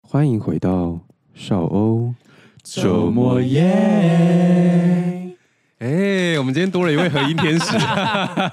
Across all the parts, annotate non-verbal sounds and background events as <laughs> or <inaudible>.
欢迎回到少欧周末夜。哎、我们今天多了一位和音天使，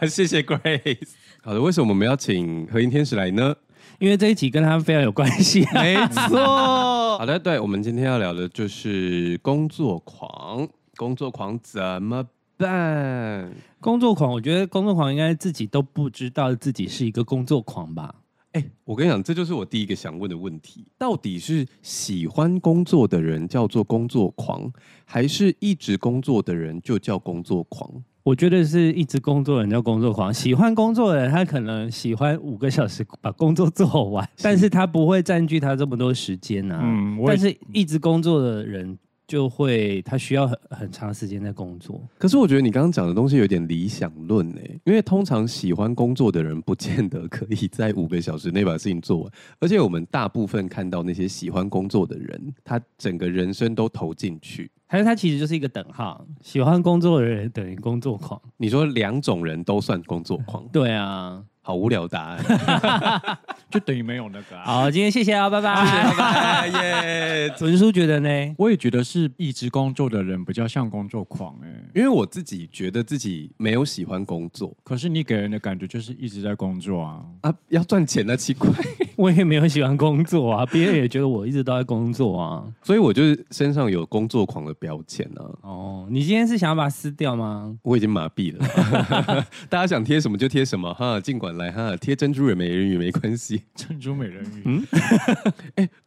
谢谢 Grace。好的，为什么我们要请和音天使来呢？因为这一集跟他们非常有关系、 <laughs> 啊。没错。 <laughs> 好的，对，我们今天要聊的就是工作狂，工作狂怎么办？工作狂，我觉得工作狂应该自己都不知道自己是一个工作狂吧？哎、我跟你讲，这就是我第一个想问的问题：到底是喜欢工作的人叫做工作狂，还是一直工作的人就叫工作狂？我觉得是一直工作的人叫工作狂，喜欢工作的人他可能喜欢五个小时把工作做完，但是他不会占据他这么多时间啊。嗯，我但也是一直工作的人就会他需要很很长时间在工作。可是我觉得你刚刚讲的东西有点理想论哎、因为通常喜欢工作的人不见得可以在五个小时内把事情做完，而且我们大部分看到那些喜欢工作的人，他整个人生都投进去。还是他其实就是一个等号，喜欢工作的人等于工作狂。你说两种人都算工作 <laughs> 狂，对啊，好无聊答案。就等于没有那个啊。好，今天谢谢啊，拜拜。哎 <laughs> 耶！文叔觉得呢？我也觉得是一直工作的人比较像工作狂哎、因为我自己觉得自己没有喜欢工作可是你给人的感觉就是一直在工作啊。 <laughs> 啊，要赚钱那奇怪， <laughs> 我也没有喜欢工作啊，别人也觉得我一直都在工作啊。所以我就是身上有工作狂的标签啊。哦，你今天是想要把它撕掉吗？我已经麻痹了， <laughs> 大家想贴什么就贴什么哈，尽管来哈，贴珍珠也美人鱼没关系。 <laughs> 珍珠美人鱼，嗯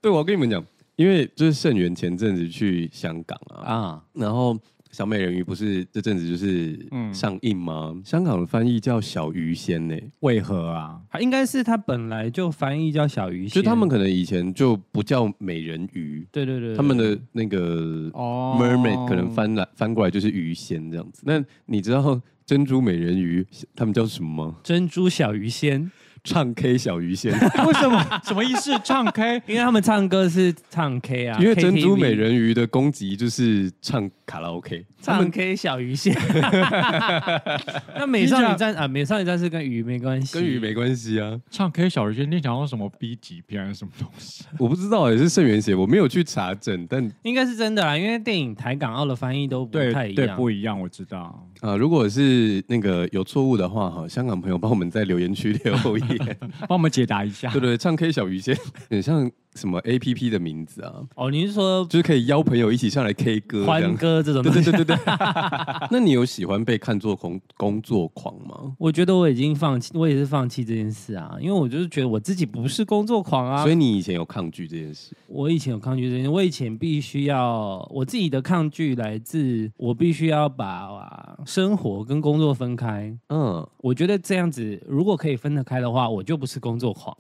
对，我要跟你们讲，因为就是盛元前阵子去香港啊，啊，然后小美人鱼不是这阵子就是嗯上映吗？香港的翻译叫小鱼仙呢、为何啊？应该是他本来就翻译叫小鱼仙，就他们可能以前就不叫美人鱼，对对对，对他们的那个哦 mermaid 可能翻来翻过来就是鱼仙这样子。那你知道珍珠美人鱼他们叫什么吗？珍珠小鱼仙，唱 K 小鱼仙。 <laughs> 为什么？什么意 <laughs> 思？唱 K 因为他们唱歌是唱 K 啊， <laughs> 因为珍珠 KTV 美人鱼的攻击就是唱卡拉 OK，他唱们 K 小鱼 <laughs> 仙。那美少女战啊，美少女战士跟鱼没关系，跟鱼没关系啊。 <laughs> 唱 K 小鱼仙，你想要什么 B 级片还是什么东西？我不知道欸也是圣元写，我没有去查证。但应该是真的啦，因为电影台港澳的翻译都不太一 <laughs> 对，样。不一样，我知道。啊、如果是那个有错误的话，哈，香港朋友帮我们在留言区留 <laughs> 言。帮我们解答一下 <laughs> 对。对，唱 K 小鱼仙很像什么 A P P 的名字啊，哦，你是说就是可以邀朋友一起上来 K 歌这欢样。歌这种对东西对对对对。 <laughs> 那你有喜欢被看作工工作狂吗？我觉得我已经放弃，我也是放弃这件事啊，因为我就是觉得我自己不是工作狂啊所。以你以前有抗拒这件事？我以前有抗拒这件事，我以前必须要我自己的抗拒来自我必须要把、生活跟工作分开。嗯我觉得这样子如果可以分得开的话，我就不是工作狂。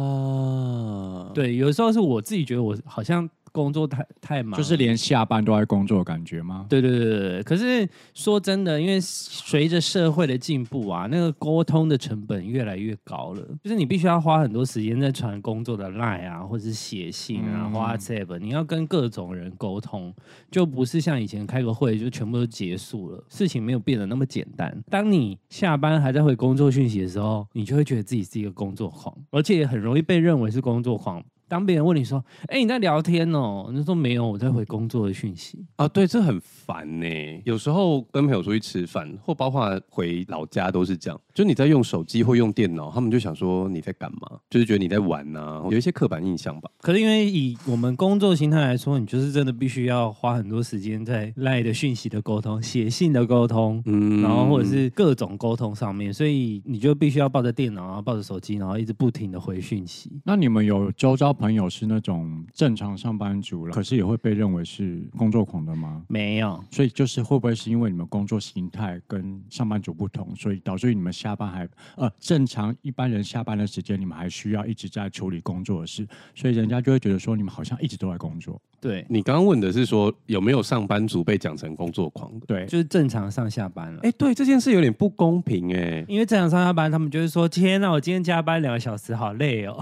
啊，对，有时候是我自己觉得我好像工作太太忙，就是连下班都在工作的感觉吗？对对对对对，可是说真的，因为随着社会的进步啊，那个沟通的成本越来越高了，就是你必须要花很多时间在传工作的 line 啊，或者是写信啊、嗯或 WhatsApp，你要跟各种人沟通，就不是像以前开个会就全部都结束了，事情没有变得那么简单。当你下班还在回工作讯息的时候，你就会觉得自己是一个工作狂，而且也很容易被认为是工作狂。当别人问你说：“哎、你在聊天哦？”你就说：“没有，我在回工作的讯息。”啊，对，这很烦呢、有时候跟朋友出去吃饭，或包括回老家都是这样。就你在用手机或用电脑，他们就想说你在干嘛，就是觉得你在玩呐、有一些刻板印象吧。可是因为以我们工作形态来说，你就是真的必须要花很多时间在赖的讯息的沟通、写信的沟通，嗯然后或者是各种沟通上面，所以你就必须要抱着电脑啊、抱着手机，然后一直不停的回讯息。那你们有周遭朋友是那种正常上班族了，可是也会被认为是工作狂的吗？没有，所以就是会不会是因为你们工作形态跟上班族不同，所以导致于你们下班还呃正常一般人下班的时间，你们还需要一直在处理工作的事，所以人家就会觉得说你们好像一直都在工作。对，你刚刚问的是说有没有上班族被讲成工作狂的？对，就是正常上下班了。哎、对这件事有点不公平哎、 <laughs> 啊因为正常上下班，他们就会说：“天呐，我今天加班两个小时，好累哦。”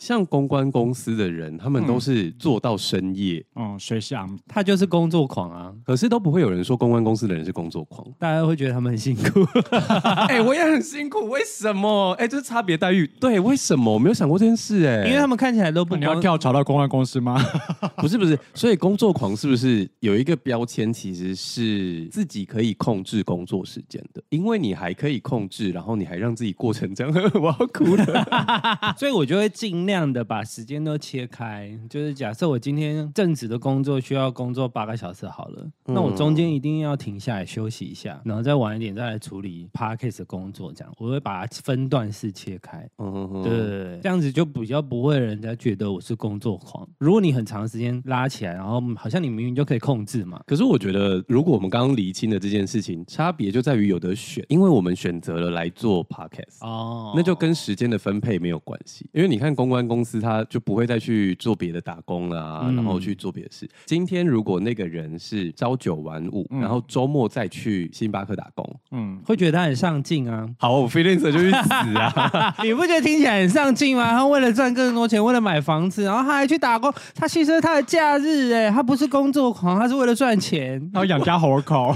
像公关公司的人，他们都是做到深夜，嗯，随时昂他就是工作狂啊，可是都不会有人说公关公司的人是工作狂。大家会觉得他们很辛苦。 <laughs> 哎、我也很辛苦，为什么？哎、这是差别待遇。对，为什么？我没有想过这件事、哎，因为他们看起来都不你要光跳槽到公关公司吗？ <laughs> 不是不是，所以工作狂是不是有一个标签，其实是自己可以控制工作时间的？因为你还可以控制，然后你还让自己过成这样， <laughs> 我要哭 <laughs> 了。所以我就会尽量的把时间都切开。就是假设我今天正职的工作需要工作八个小时好了，那我中间一定要停下来休息一下，然后再晚一点再来处理 podcast 的工作，这样我会把它分段式切开。嗯，对对对对，这样子就比较不会人家觉得我是工作狂。如果你很长时间拉起来，然后好像你明明就可以控制嘛，可是我觉得，如果我们刚刚厘清的这件事情，差别就在于有的选，因为我们选择了来做 podcast。哦，那就跟时间的分配没有关系，因为你看公关公司，他就不会再去做别的打工啦，嗯然后去做别的事。今天如果那个人是朝九晚五，嗯然后周末再去星巴克打工， <laughs> 嗯，会觉得他很上进啊。好，我 freelancer 就去死 <laughs> 啊！你不觉得听起来很上进吗？他为了赚更多钱，为了买房子，然后他还去打工，他牺牲他的假日，哎，他不是工作狂，他是为了赚钱。然后养家活 <laughs> 口，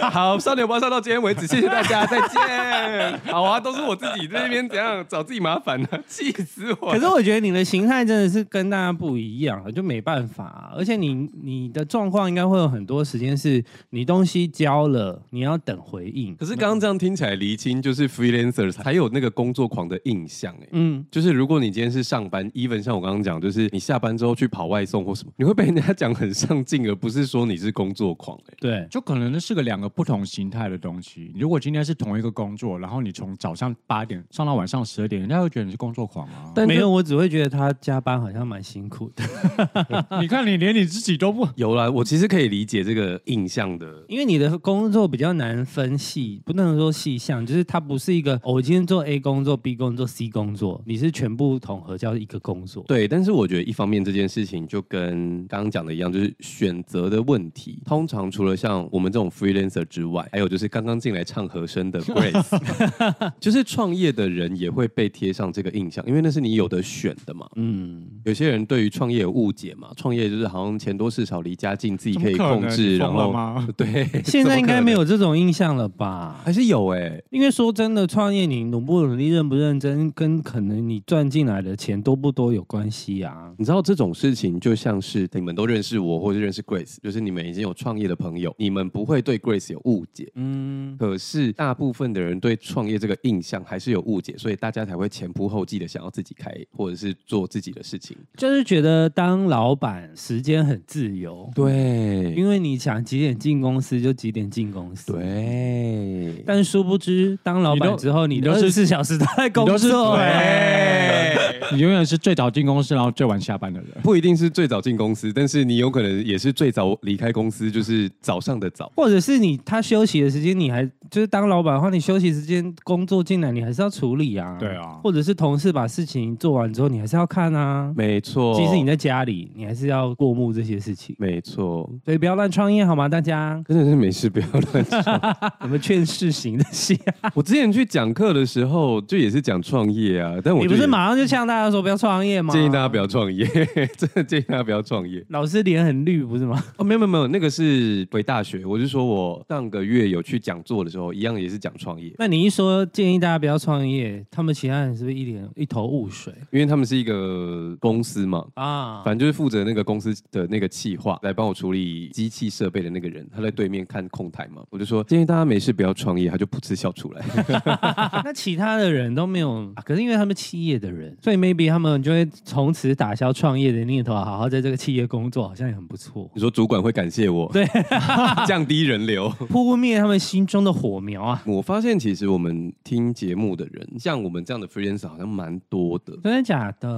啊好，少年包上到今天为止，谢谢大家，再 <laughs> 见。好啊，都是我自己在那边怎样找自己麻烦呢、啊气死我可是我觉得你的形态真的是跟大家不一样了，就没办法啊、而且你你的状况应该会有很多时间是你东西交了，你要等回应。可是刚刚这样听起来，厘清就是 freelancer 才有那个工作狂的印象哎、嗯，就是如果你今天是上班，even 像我刚刚讲，就是你下班之后去跑外送或什么，你会被人家讲很上进，而不是说你是工作狂哎、对，就可能那是个两个不同形态的东西。如果今天是同一个工作，然后你从早上八点上到晚上十二点，人家会觉得你是工作狂啊。但没有，我只会觉得他加班好像蛮辛苦的，你看，你连你自己都不有啦，我其实可以理解这个印象的。因为你的工作比较难分细，不能说细项，就是它不是一个、哦我今天做 A 工作、B 工作、C 工作，你是全部统合叫一个工作。对，但是我觉得一方面这件事情就跟刚刚讲的一样，就是选择的问题。通常除了像我们这种 freelancer 之外，还有就是刚刚进来唱和声的 Grace，就是创业的人也会被贴上这个印象，因为那是你有的选的嘛。嗯，有些人对于创业有误解嘛，创业就是好像钱多事少离家近，自己怎可么以能控制，你然疯了后吗？ <laughs> 对，现在应该没有，有这种印象了吧？ <laughs> 还是有哎、因为说真的，创业你努不努力、认不认真，跟可能你赚进来的钱多不多有关系啊。你知道这种事情就像是你们都认识我，或是认识 Grace，就是你们已经有创业的朋友，你们不会对 Grace 有误解。嗯，可是大部分的人对创业这个印象还是有误解，所以大家才会前仆后继的想要自己开，或者是做自己的事情。就是觉得当老板时间很自由，对，因为你想几点进公司就几点进公司。。对，但殊不知，当老你板都之后，你你的都二是十四小时都在工你都是作、哎对你永远是最早进公司，然后最晚下班的人。 <laughs> 不一定是最早进公司，但是你有可能也是最早离开公司，就是早上的早。或者是你他休息的时间，你还就是当老板的话，你休息时间工作进来，你还是要处理啊。 <laughs> 对啊或者是同事把事情做完之后，你还是要看啊。没错，即使你在家里，你还是要过目这些事情。没错，，所以不要乱创业好吗？大家真的是没事不要乱 <laughs> 我们劝世型的啊戏、 <laughs> 我之前去讲课的时候，就也是讲创业啊，但我你就不也是马上就呛大家说不要创业吗？建议大家不。要创业， <laughs> 真的建议大家不要创业。老师脸很绿，不是吗？哦，没有没有没有，那个是回大学，我是说我上个月有去讲座的时候，一样也是讲创业，那你一说建议大家不要创业，他们其他人是不是一脸一头雾水因为他们是一个公司嘛。啊？反正就是负责那个公司的那个企划来帮我处理机器设备的那个人，他在对面看控台嘛，我就说建议大家没事不要创业，他就噗嗤笑出来。 <laughs> <laughs> 那其他的人都没有、啊可是因为他们企业的人，所以 maybe 他们就会从此打消创业的念头，啊好好在这个企业工作，好像也很不 <laughs> 错，你说主管会感谢我，对， <laughs> 降低人流。扑灭他们心中的火苗啊！我发现其实我们听节目的人，像我们这样的 freelancer 好像蛮多的。真的假的？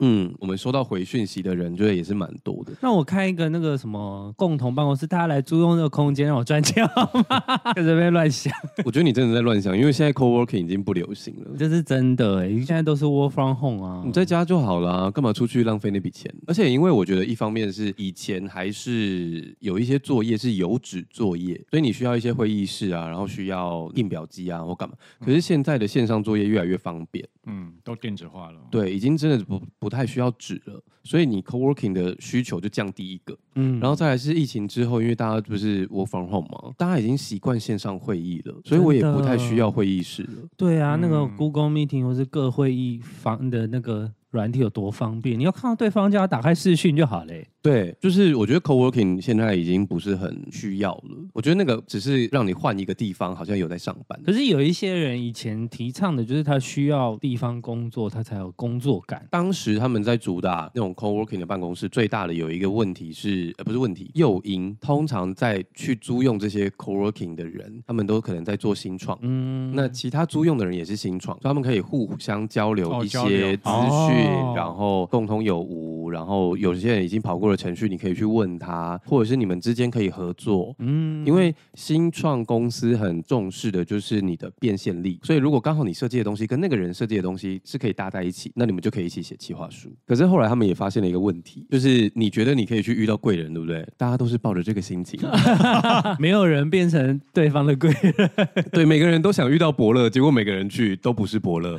嗯，我们收到回讯息的人，觉得也是蛮多的。那我开一个那个什么共同办公室，大家来租用这个空间让我赚钱好吗？ <laughs> 在这边乱想，我觉得你真的在乱想，因为现在 co working 已经不流行了。这是真的哎、欸，现在都是 work from home 用啊你。在家就好啦，干嘛出去浪费那笔钱？而且因为我觉得一方面是以前还是有一些作业是油纸作业，所以你需要一些会议室啊，然后需要印表机啊或干嘛。可是现在的线上作业越来越方便，嗯，都电子化了。对，已经真的不不太需要纸了，所以你 co-working 的需求就降低一个。嗯，然后再来是疫情之后，因为大家不是 work from home 嘛，大家已经习惯线上会议了，所以我也真的不太需要会议室了。对啊，那个嗯 Google Meeting 或是各会议房的那个软体有多方便，你要看到对方就要打开视讯就好嘞。对，就是我觉得 co-working 现在已经不是很需要了。我觉得那个只是让你换一个地方，好像有在上班。可是有一些人以前提倡的就是他需要地方工作，他才有工作感。当时他们在主打那种 co-working 的办公室，最大的有一个问题是，呃，不是问题，诱因。通常在去租用这些 co-working 的人，他们都可能在做新创。嗯，那其他租用的人也是新创，所以他们可以互相交流哦一交流些资讯，哦然后共通有无，然后有些人已经跑过的程序，你可以去问他，或者是你们之间可以合作。嗯因为新创公司很重视的就是你的变现力，所以如果刚好你设计的东西跟那个人设计的东西是可以搭在一起，那你们就可以一起写企划书。可是后来他们也发现了一个问题，就是你觉得你可以去遇到贵人，对不对？大家都是抱着这个心情，啊没有人变成对方的贵人，<laughs> <laughs> 对，每个人都想遇到伯乐，结果每个人去都不是伯乐。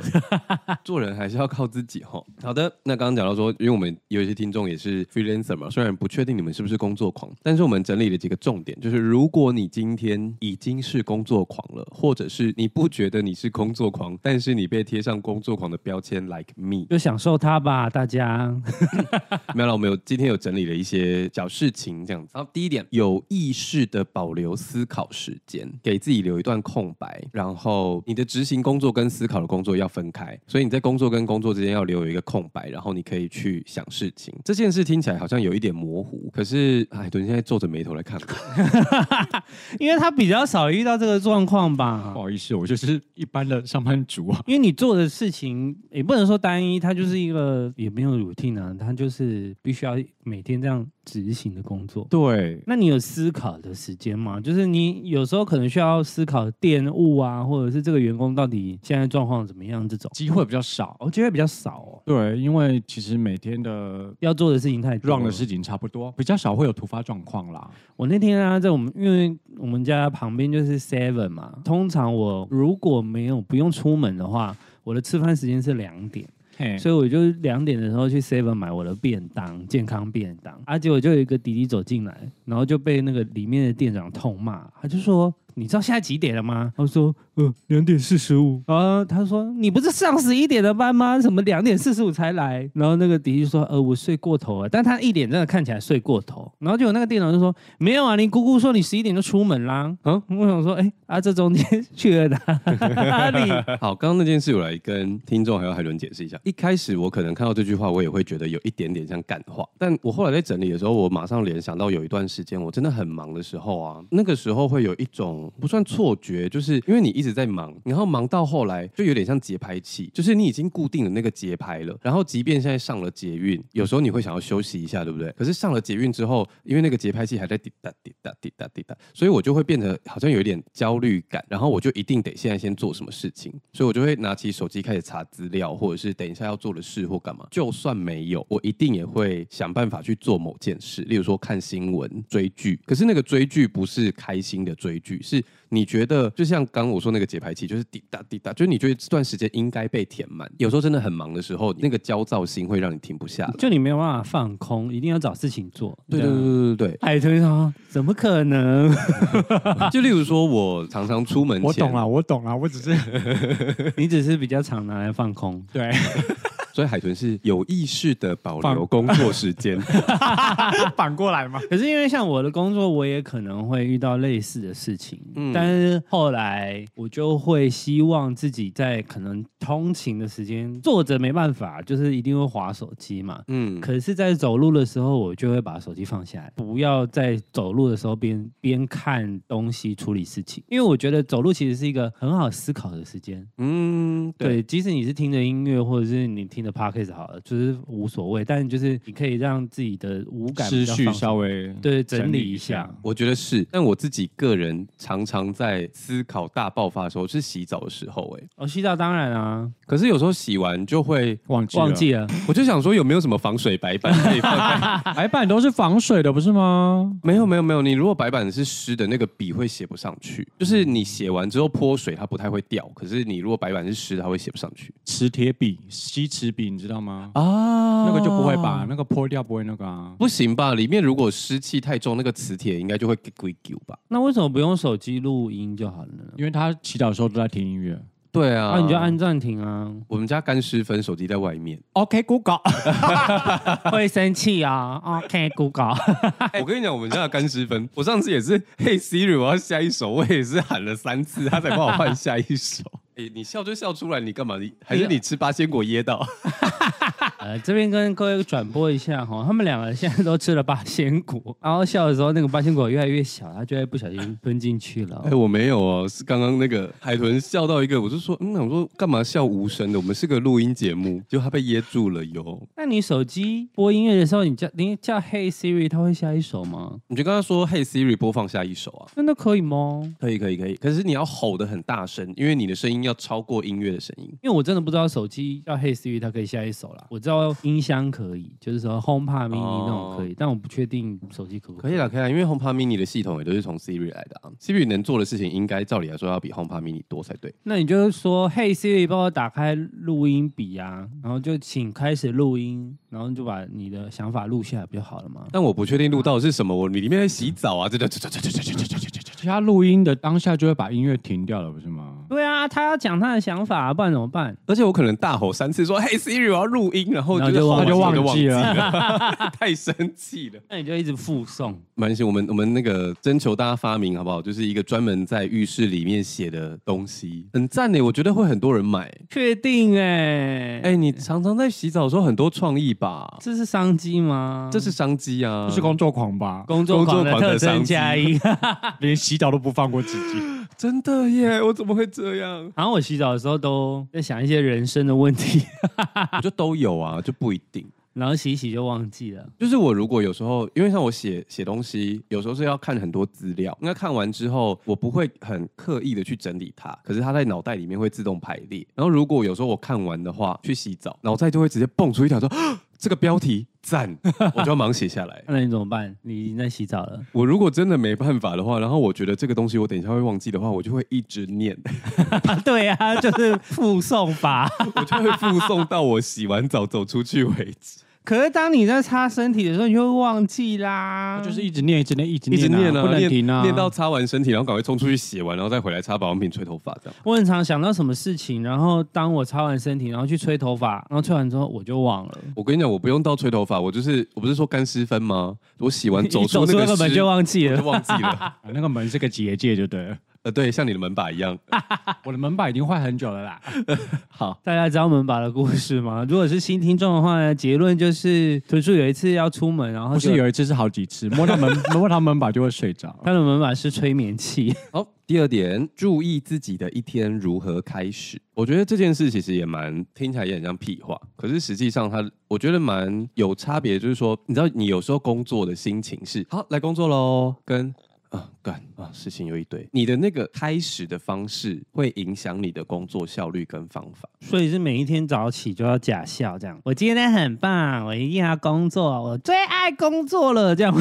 做人还是要靠自己哈。好的，那刚刚讲到说，因为我们有一些听众也是 freelancer 嘛，虽然不确定你们是不是工作狂，但是我们整理了几个重点，就是如果你今天已经是工作狂了，或者是你不觉得你是工作狂，但是你被贴上工作狂的标签，like me，就享受他吧，大家。 <laughs> <laughs> 没有啦，我们有今天有整理了一些小事情这样子。然后第一点，有意识的保留思考时间，给自己留一段空白，然后你的执行工作跟思考的工作要分开，所以你在工作跟工作之间要留有一个空白，然后你可以去想事情。这件事听起来好像有一点模糊，可是哎，对，你现在皱着眉头来看我，因为他比较少遇到这个状况吧不。好意思，我就是一般的上班族啊。因为你做的事情也不能说单一，它就是一个也没有 routine 啊，它就是必须要每天这样执行的工作。对，那你有思考的时间吗？就是你有时候可能需要思考店务啊，或者是这个员工到底现在状况怎么样这种， <laughs> 机会比较少。我觉得比较少哦。对，因为其实每天的要做的事情太多了 run 的事情差不多，比较少会有突发状况啦。我那天啊，在我们因为我们家旁边就是 Seven 嘛，通常我如果没有不用出门的话，我的吃饭时间是两点，嘿，所以我就两点的时候去 Seven 买我的便当，健康便当。啊，结果就有一个弟弟走进来，然后就被那个里面的店长痛骂，他就说。你知道现在几点了吗？他说，呃，两点四十五。啊，他说你不是上十一点的班吗？怎么两点四十五才来？然后那个弟弟就说，呃，我睡过头了。但他一脸真的看起来睡过头。然后就有那个店长就说，没有啊，你姑姑说你十一点就出门啦。嗯，我想说，哎、啊，这中间去了哪里？好，刚刚那件事我来跟听众还有海伦解释一下。一开始我可能看到这句话，我也会觉得有一点点像干话，但我后来在整理的时候，我马上联想到有一段时间我真的很忙的时候啊，那个时候会有一种不算错觉，就是因为你一直在忙，然后忙到后来就有点像节拍器，就是你已经固定了那个节拍了，然后即便现在上了捷运，有时候你会想要休息一下，对不对？可是上了捷运之后，因为那个节拍器还在滴答滴答滴答滴答，所以我就会变得好像有一点焦虑感，然后我就一定得现在先做什么事情，所以我就会拿起手机开始查资料，或者是等一下要做的事或干嘛。就算没有，我一定也会想办法去做某件事，例如说看新闻、追剧。可是那个追剧不是开心的追剧，是你觉得就像刚我说那个节拍器，就是滴答滴答，就是你觉得这段时间应该被填满。有时候真的很忙的时候，那个焦躁心会让你停不下来。就你没有办法放空，一定要找事情做。啊对对对对 <laughs> 对海豚说：“怎么可能？ <laughs> 对，就例如说我常常出门前，我懂了，我懂了，我只是你只是比较常拿来放空 <laughs> 。对，所以海豚是有意识的保留工作时间。 <laughs> <laughs> 反过 <laughs> 来嘛。可是因为像我的工作，我也可能会遇到类似的事情，嗯但是后来我就会希望自己在可能通勤的时间坐着没办法，就是一定会划手机嘛。嗯，可是，在走路的时候，我就会把手机放下来，不要在走路的时候边边看东西处理事情，因为我觉得走路其实是一个很好思考的时间。嗯，对，对，即使你是听着音乐，或者是你听听的 podcast 好了，就是无所谓，但就是你可以让自己的五感比思较绪放松稍微对整理理一下。我觉得是，但我自己个人常常在思考大爆发的时候是洗澡的时候、欸，哎，哦，洗澡当然啊，可是有时候洗完就 <laughs> 会，忘记忘了记了，我就想说有没有什么防水白板可以放在？ <laughs> 白板都是防水的，不是吗？没有没有没有，你如果白板是湿的，那个笔会写不上去，就是你写完之后泼水它不太会掉，可是你如果白板是湿的，它会写不上去磁铁笔、吸齿笔，你知道吗？啊那个就不会吧？那个破掉不会那个啊。不行吧？里面如果湿气太重，那个磁铁应该就会鬼丢吧？那为什么不用手机录音就好了呢？因为他洗澡的时候都在听音乐。对啊，啊，你就按暂停啊，我们家干湿分手机在外面。 OK，Google，、会生气啊。OK，Google， <laughs> 我跟你讲，我们家的干湿分，我上次也是， <laughs> 嘿 Siri，我要下一首，我也是喊了三次，他才帮我换下一 <laughs> 首。哎、你笑就笑出来，你干嘛？你还是你吃八仙果噎到？呃，这边跟各位转播一下哈，他们两个现在都吃了八仙果，然后笑的时候那个八仙果越来越小，他就会不小心吞进去了 <laughs> 哎、。 <laughs> 我没有哦，是刚刚那个海豚笑到一个，我就说，嗯，我说干嘛笑无声的？我们是个录音节目，就他被噎住了哟。那你手机播音乐的时候，你叫你叫 Hey Siri，它会下一首吗？你就跟他说，嘿 Siri，播放下一首啊。真的可以吗？可以，可以，可以。可是你要吼的很大声，因为你的声音要超过音乐的声音。因为我真的不知道手机叫 Hey Siri，它可以下一首啦。我知道音箱可以，就是说 HomePod Mini 哦那种可以，但我不确定手机可不可可以。以啦，可以啦，因为 HomePod Mini 的系统也都是从 Siri 来的啊。Siri 能做的事情，应该照理来说要比 HomePod Mini 多才对。那你就说 Hey Siri，帮我打开录音笔啊，然后就请开始录音，然后就把你的想法录下来不就好了吗？但我不确定录到的是什么，我里面在洗澡啊，这这这这这这这这这这。其实他录音的当下就会把音乐停掉了，不是吗？对啊，他要讲他的想法、啊不然怎么办？而且我可能大吼三次说：“嘿 Siri，我要录音。”然后然后就就吼忘完他就我忘记记了了， <laughs> 太生气了。那你就一直附送。蛮关系，我们我们那个征求大家发明好不好？就是一个专门在浴室里面写的东西，很赞欸呢。我觉得会很多人买。确定哎、哎、你常常在洗澡的时候很多创意吧？这是商机吗？这是商机啊！不是工作狂吧？工作狂的特征加一。 <laughs> 连洗澡都不放过自 <laughs> 己。真的耶，我怎么会这样？ <laughs> 然后我洗澡的时候都在想一些人生的问题，我就都有啊，就不一定。然后洗一洗就忘记了。就是我如果有时候，因为像我写写东西，有时候是要看很多资料，那看完之后，我不会很刻意的去整理它，可是它在脑袋里面会自动排列。然后如果有时候我看完的话，去洗澡，脑袋就会直接蹦出一条说 <gasps> 啊：“这个标题赞！”我就要忙写下来。那你怎么办？你已经在洗澡了，我如果真的没办法的话，然后我觉得这个东西我等一下会忘记的话，我就会一直念，<laughs> <laughs> 对啊，就是附送法。我就会附送到我洗完澡走出去为止。 <laughs> 可是当你在擦身体的时候，你就会忘记啦。就是一直念，一直念，一直一直念、啊，念啊，不能念停啊，念到擦完身体，然后赶快冲出去洗完，然后再回来擦保养品、吹头发这样。我很常想到什么事情，然后当我擦完身体，然后去吹头发，然后吹完之后我就忘了。我跟你讲，我不用到吹头发，我就是我不是说干湿分吗？我洗完走 <laughs> 你出走出那那个个门湿就忘记我了就。忘记了。啊那个门是个结界就 <laughs> 对了。呃，对，像你的门把一样。我的门把已经坏很久了 <laughs> 啦。好，大家知道门把的故事吗？如果是新听众的话呢，结论就是豚叔有一次要出门，然后不就是有一次，是好几次，摸到 <laughs> 门摸到门把就会睡着。他的门把是催眠器，好，第二点，注意自己的一天如何开始。我觉得这件事其实也蛮听起来也很像屁话，可是实际上它，我觉得蛮有差别。就是说，你知道，你有时候工作的心情是好来工作喽，跟啊干啊事情有一堆，你的那个开始的方式会影响你的工作效率跟方法。所以是每一天早起就要假笑这样。我今天很棒，我一定要工作，我最爱工作了 <laughs> 这样。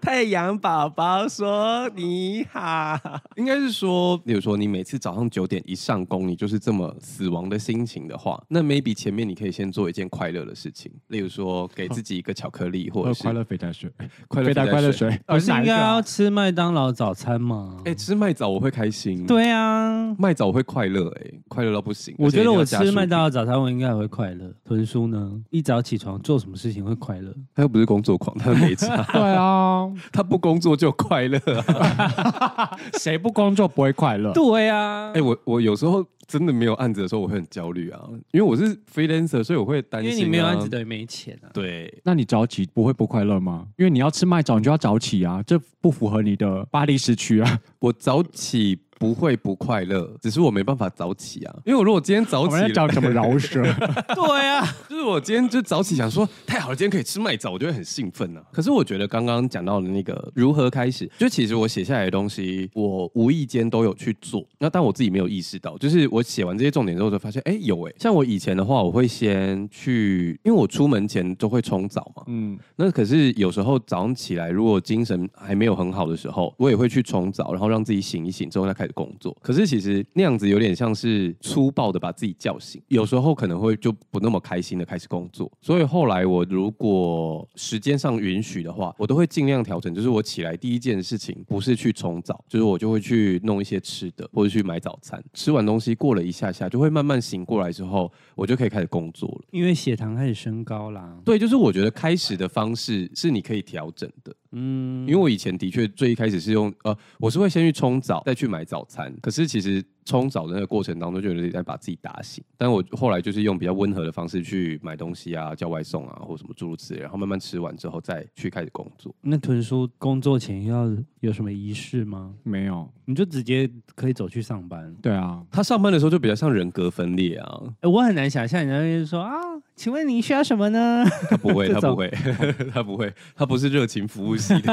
太阳宝宝说：“你好。”应该是说，比如说你每次早上九点一上工，你就是这么死亡的心情的话，那 maybe 前面你可以先做一件快乐的事情，例如说给自己一个巧克力，或者喝是快乐肥宅水，快肥宅快乐肥宅。水，不是哪应一个该啊要吃麦当劳早餐吗？哎、吃麦枣我会开心，，对啊，麦枣我会快乐，哎，快乐到不行。我觉得我而且一定要加吃薯麦饼当，劳早餐我应该也会快乐。豚叔呢，一早起床做什么事情会快乐？他又不是工作狂，他没 <laughs> 差，对啊， <laughs> 他不工作就快乐、啊。谁不工作不会快乐？对啊 <laughs> 哎、，我我有时候真的没有案子的时候，我会很焦虑啊，因为我是 freelancer，所以我会担因心、啊，为你没有案子等于没钱 <laughs> 啊。对。那你早起不会不快乐吗？因为你要吃麦早，你就要早起啊，这不符合你的巴黎时区啊。我早起不会不快乐，只是我没办法早起啊。因为我如果今天早我起们要了，讲什么饶 <laughs> 舌？对啊，就是我今天就早起想说，太好了，今天可以吃麦枣，我就会很兴奋啊。可是我觉得刚刚讲到的那个如何开始，就其实我写下来的东西，我无意间都有去做，那但我自己没有意识到，就是我写完这些重点之后，就发现，哎、有哎、像我以前的话，我会先去，因为我出门前都会冲澡嘛，嗯，那可是有时候早上起来，如果精神还没有很好的时候，我也会去冲澡，然后让自己醒一醒之后再开始工作。可是其实那样子有点像是粗暴的把自己叫醒，有时候可能会就不那么开心的开始工作。所以后来我如果时间上允许的话，我都会尽量调整，就是我起来第一件事情不是去冲澡，就是我就会去弄一些吃的，或者去买早餐。吃完东西过了一下下，就会慢慢醒过来之后，我就可以开始工作了。因为血糖开始升高啦。对，就是我觉得开始的方式是你可以调整的，嗯因为我以前的确最一开始是用呃，我是会先去冲澡，再去买早餐。可是其实冲澡的那个过程当中，就有点在把自己打醒。但我后来就是用比较温和的方式去买东西啊，叫外送啊，或什么诸如此类，然后慢慢吃完之后再去开始工作。那屯叔工作前要有什么仪式吗？没有，你就直接可以走去上班。对啊，他上班的时候就比较像人格分裂啊，哎，我很难想象人家会说啊，请问你需要什么呢？ <laughs> 他不会，这他不种会， <laughs> 他不会，他不是热情服务系 <laughs> 的。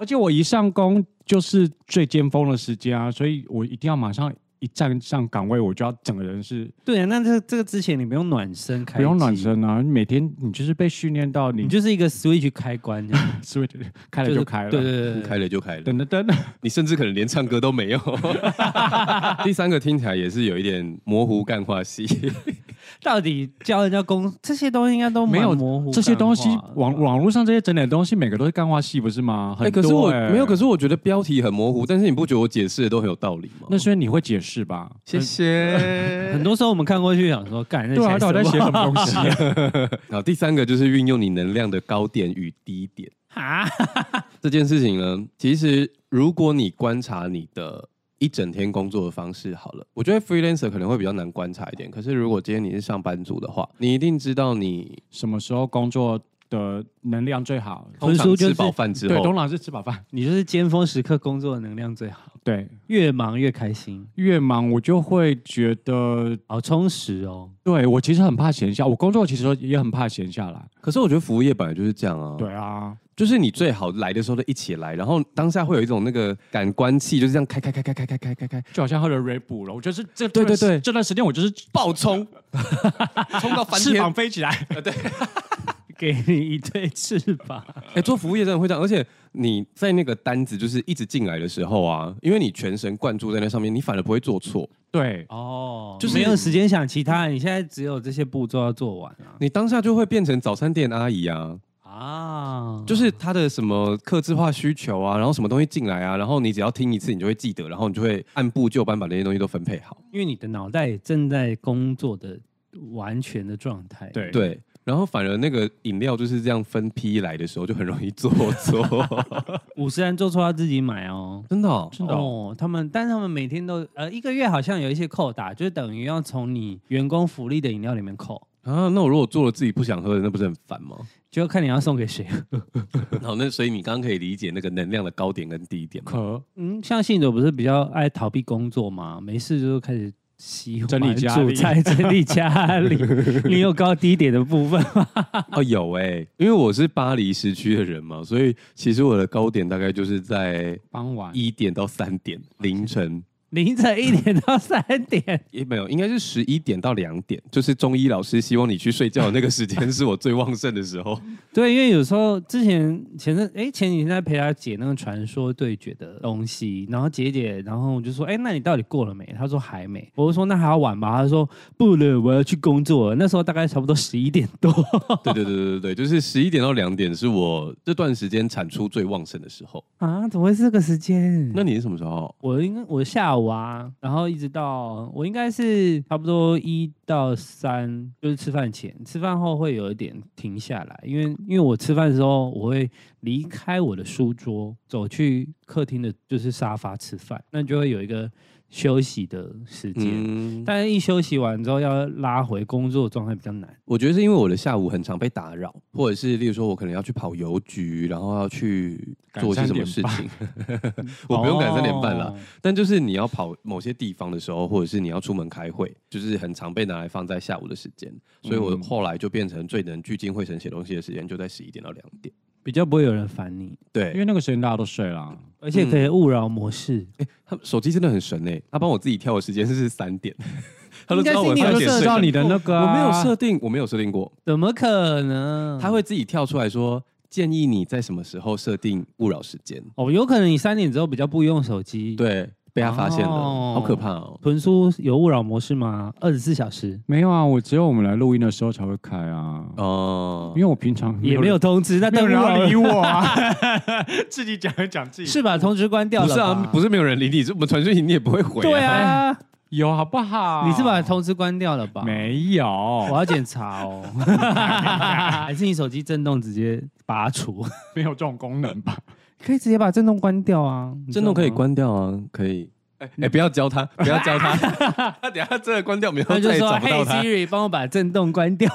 而且我一上工就是最尖峰的时间啊，所以我一定要马上一站上岗位，我就要整个人是对啊，那这这个之前你不用暖身开，不用暖，身啊，每天你就是被训练到你你就就是一个 switch 开关这样，是会开了是就开了，对对对对，开了就开了，等等等等，你甚至可能连唱歌都没有。 <laughs> 第三个听起来也是有一点模糊干话系，到底教人家工这些东西应该都蛮没有模糊，这些东西网。网络上这些整理的东西，每个都是干话戏，不是吗？很可是多我欸没有，可是我觉得标题很模糊，但是你不觉得我解释的都很有道理吗？那虽然你会解释吧？ <laughs> 谢谢。很多时候我们看过去想说，干，那对啊，写到底在什写么什么东西啊？ <laughs> 好，第三个就是运用你能量的高点与低点 <laughs> 啊？ <laughs> 这件事情呢，其实如果你观察你的。一整天工作的方式好了，我觉得 freelancer 可能会比较难观察一点。可是如果今天你是上班族的话，你一定知道你什么时候工作的能量最好？通通常俗吃就是饱饭之对，后董，老师吃饱饭。你就是尖峰时刻工作的能量最好，对，越忙越开心，越忙我就会觉得，好充实哦。对我其实很怕闲下，我工作其实也很怕闲下来。可是我觉得服务业本来就是这样啊。对啊，就是你最好来的时候就一起来，然后当下会有一种那个感官器，就是这样开开开开开开开开开，就好像喝了 Red Bull 了，我就是这对对对这段时间我 <laughs> 就是爆冲，冲到翻翅天膀。飞起来。给你一对翅膀，哎、做服务业真的会这样，而且你在那个单子就是一直进来的时候啊，因为你全神贯注在那上面，你反而不会做错。对，哦，就是没有时间想其他，你现在只有这些步骤要做完啊。你当下就会变成早餐店阿姨啊，啊，就是他的什么客制化需求啊，然后什么东西进来啊，然后你只要听一次，你就会记得，然后你就会按部就班把那些东西都分配好。因为你的脑袋正在工作的完全的状态。对对，然后反而那个饮料就是这样分批来的时候，就很容易做错。 <laughs> 五十人做错要自己买哦。真的、哦，真的哦哦，他们，但是他们每天都，呃，一个月好像有一些扣打，就是等于要从你员工福利的饮料里面扣，啊，那我如果做了自己不想喝的，那不是很烦吗？ <laughs> 就看你要送给谁。 <laughs> 好，那所以你刚刚可以理解那个能量的高点跟低点吗？可嗯，像信者不是比较爱逃避工作嘛，没事就开始洗碗整理家里煮 <laughs> 菜、整理家里。你有高低点的部分吗？ <laughs> <laughs> 哦，有哎、因为我是巴黎时区的人嘛，所以其实我的高点大概就是在傍晚一点到三点凌晨。凌晨一点到三点，也没有，应该是十一点到两点，就是中医老师希望你去睡觉的那个时间是我最旺盛的时候。对，因为有时候之前前阵哎前几天在陪他解那个传说对决的东西，然后解一解，然后我就说哎，那你到底过了没？他说还没。我就说那还要晚吧？他说不了，我要去工作了。那时候大概差不多十一点多。 <laughs> 对对对对对对，就是十一点到两点是我这段时间产出最旺盛的时候。 <laughs> 啊，怎么会是这个时间？那你是什么时候？我应该我下午啊，然后一直到我应该是差不多一到三，就是吃饭前，吃饭后会有一点停下来，因为因为我吃饭的时候我会离开我的书桌，走去客厅的就是沙发吃饭，那就会有一个休息的时间。嗯，但是一休息完之后要拉回工作状态比较难。我觉得是因为我的下午很常被打扰，或者是例如说我可能要去跑邮局，然后要去做一些什么事情，我不用赶三点半啦。哦但就是你要跑某些地方的时候，或者是你要出门开会，就是很常被拿来放在下午的时间，所以我嗯后来就变成最能聚精会神写东西的时间就在十一点到两点。比较不会有人烦你，对，因因为那个时间大家都睡了啊。而且嗯可以勿扰模式。他手机真的很神诶、他帮我自己挑的时间是三点， <laughs> <laughs> 他都知道我应该三是点你有睡设觉到你的那个我啊没有设定，我没有设定过，怎么可能？他会自己跳出来说建议你在什么时候设定勿扰时间。哦，有可能你三点之后比较不用手机。，对，被他发现了，哦好可怕哦！豚叔有勿扰模式吗？二十四小时没有啊，我只有我们来录音的时候才会开啊，哦、因为我平常也没有通知，那没有当人然要了理我啊， <laughs> 自己讲一讲自己是把通知关掉不了吧？是啊，不是是没有人理你，是我们传讯息你也不会回、对，啊，有好不好？你是把通知关掉了吧？，没有， <laughs> 我要检查哦。还是你手机震动直接拔除？没有这种功能吧？可以直接把震动关掉啊，你知震道动可以吗。关掉啊，可以。哎、哎不要教 <laughs> 他，不要教他，他 <laughs> 等一下真的关掉，没有他就再也说找：“不嘿到他。 Siri，帮我把震动关掉。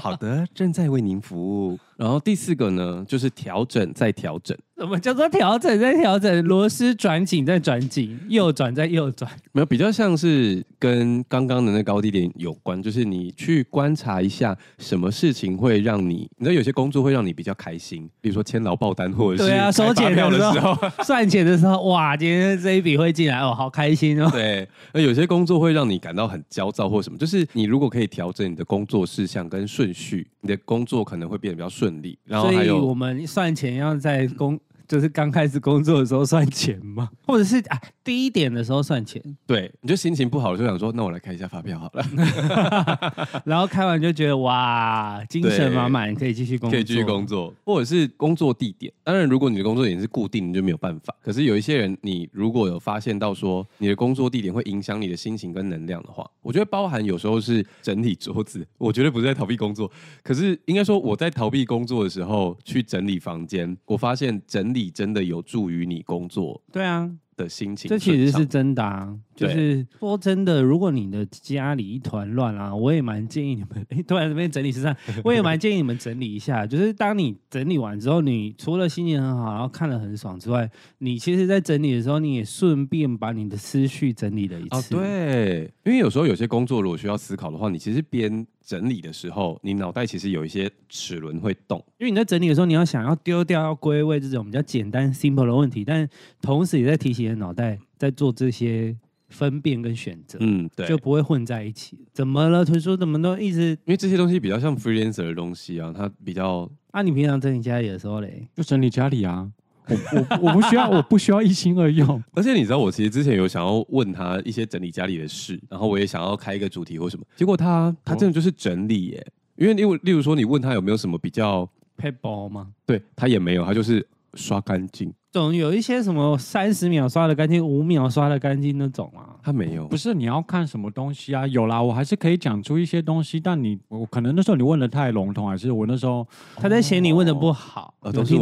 好的，正在为您服务。然后第四个呢，就是调整再调整。”什么叫做调整再调整？螺丝转紧再转紧，右转再右转。没有，比较像是跟刚刚的那高低点有关，就是你去观察一下什么事情会让你，你知道有些工作会让你比较开心，比如说签劳报单或者是对啊，收开发钱票的的时时候， <laughs> 候，算钱的时候，哇，今天这一笔会进来，哦，好开心哦。对，那有些工作会让你感到很焦躁或什么，就是你如果可以调整你的工作事项跟顺序，你的工作可能会变得比较顺利。然后所还以我有，们算钱要在工，就是刚开始工作的时候算钱吗？ <laughs> 或者是啊，第一点的时候算钱，对，你就心情不好的时候想说，那我来看一下发票好了，然后开完就觉得哇，精神满满，可以继续工作，可以继续工作，或者是工作地点。当然，如果你的工作地点是固定，你就没有办法。可是有一些人，你如果有发现到说你的工作地点会影响你的心情跟能量的话，我觉得包含有时候是整理桌子，我绝对不是在逃避工作。可是应该说我在逃避工作的时候去整理房间，我发现整理真的有助于你工作对啊，的心情这顺其畅。实是真的啊。就对是说真的，如果你的家里一团乱啊，我也蛮建议你们，诶突然这边整理时尚，我也蛮建议你们整理一下。就是当你整理完之后，你除了心情很好，然后看了很爽之外，你其实在整理的时候，你也顺便把你的思绪整理了一哦，次。。对，因为有时候有些工作如果需要思考的话，你其实边整理的时候，你脑袋其实有一些齿轮会动。因为你在整理的时候，你要想要丢掉、要归位这种比较简单、simple 的问题，但同时也在提醒你的脑袋在做这些分辨跟选择，嗯，对，就不会混在一起。怎么了，豚叔？怎么都一直因为这些东西比较像 freelancer 的东西啊，它比较啊？你平常整理家里的时候嘞， <laughs> 就整理家里啊。我我我不需要，我不需要一心二用。而且你知道，我其实之前有想要问他一些整理家里的事，然后我也想要开一个主题或什么，结果他他真的就是整理耶，因为例如例如说你问他有没有什么比较，配包吗？对他也没有，他就是刷干净，总有一些什么三十秒刷的干净、五秒刷的干净那种啊。他没有不，是你要看什么东西啊？有啦，我还是可以讲出一些东西，但你我可能那时候你问的太笼统，还是我那时候他在嫌你问的不好，呃，有都是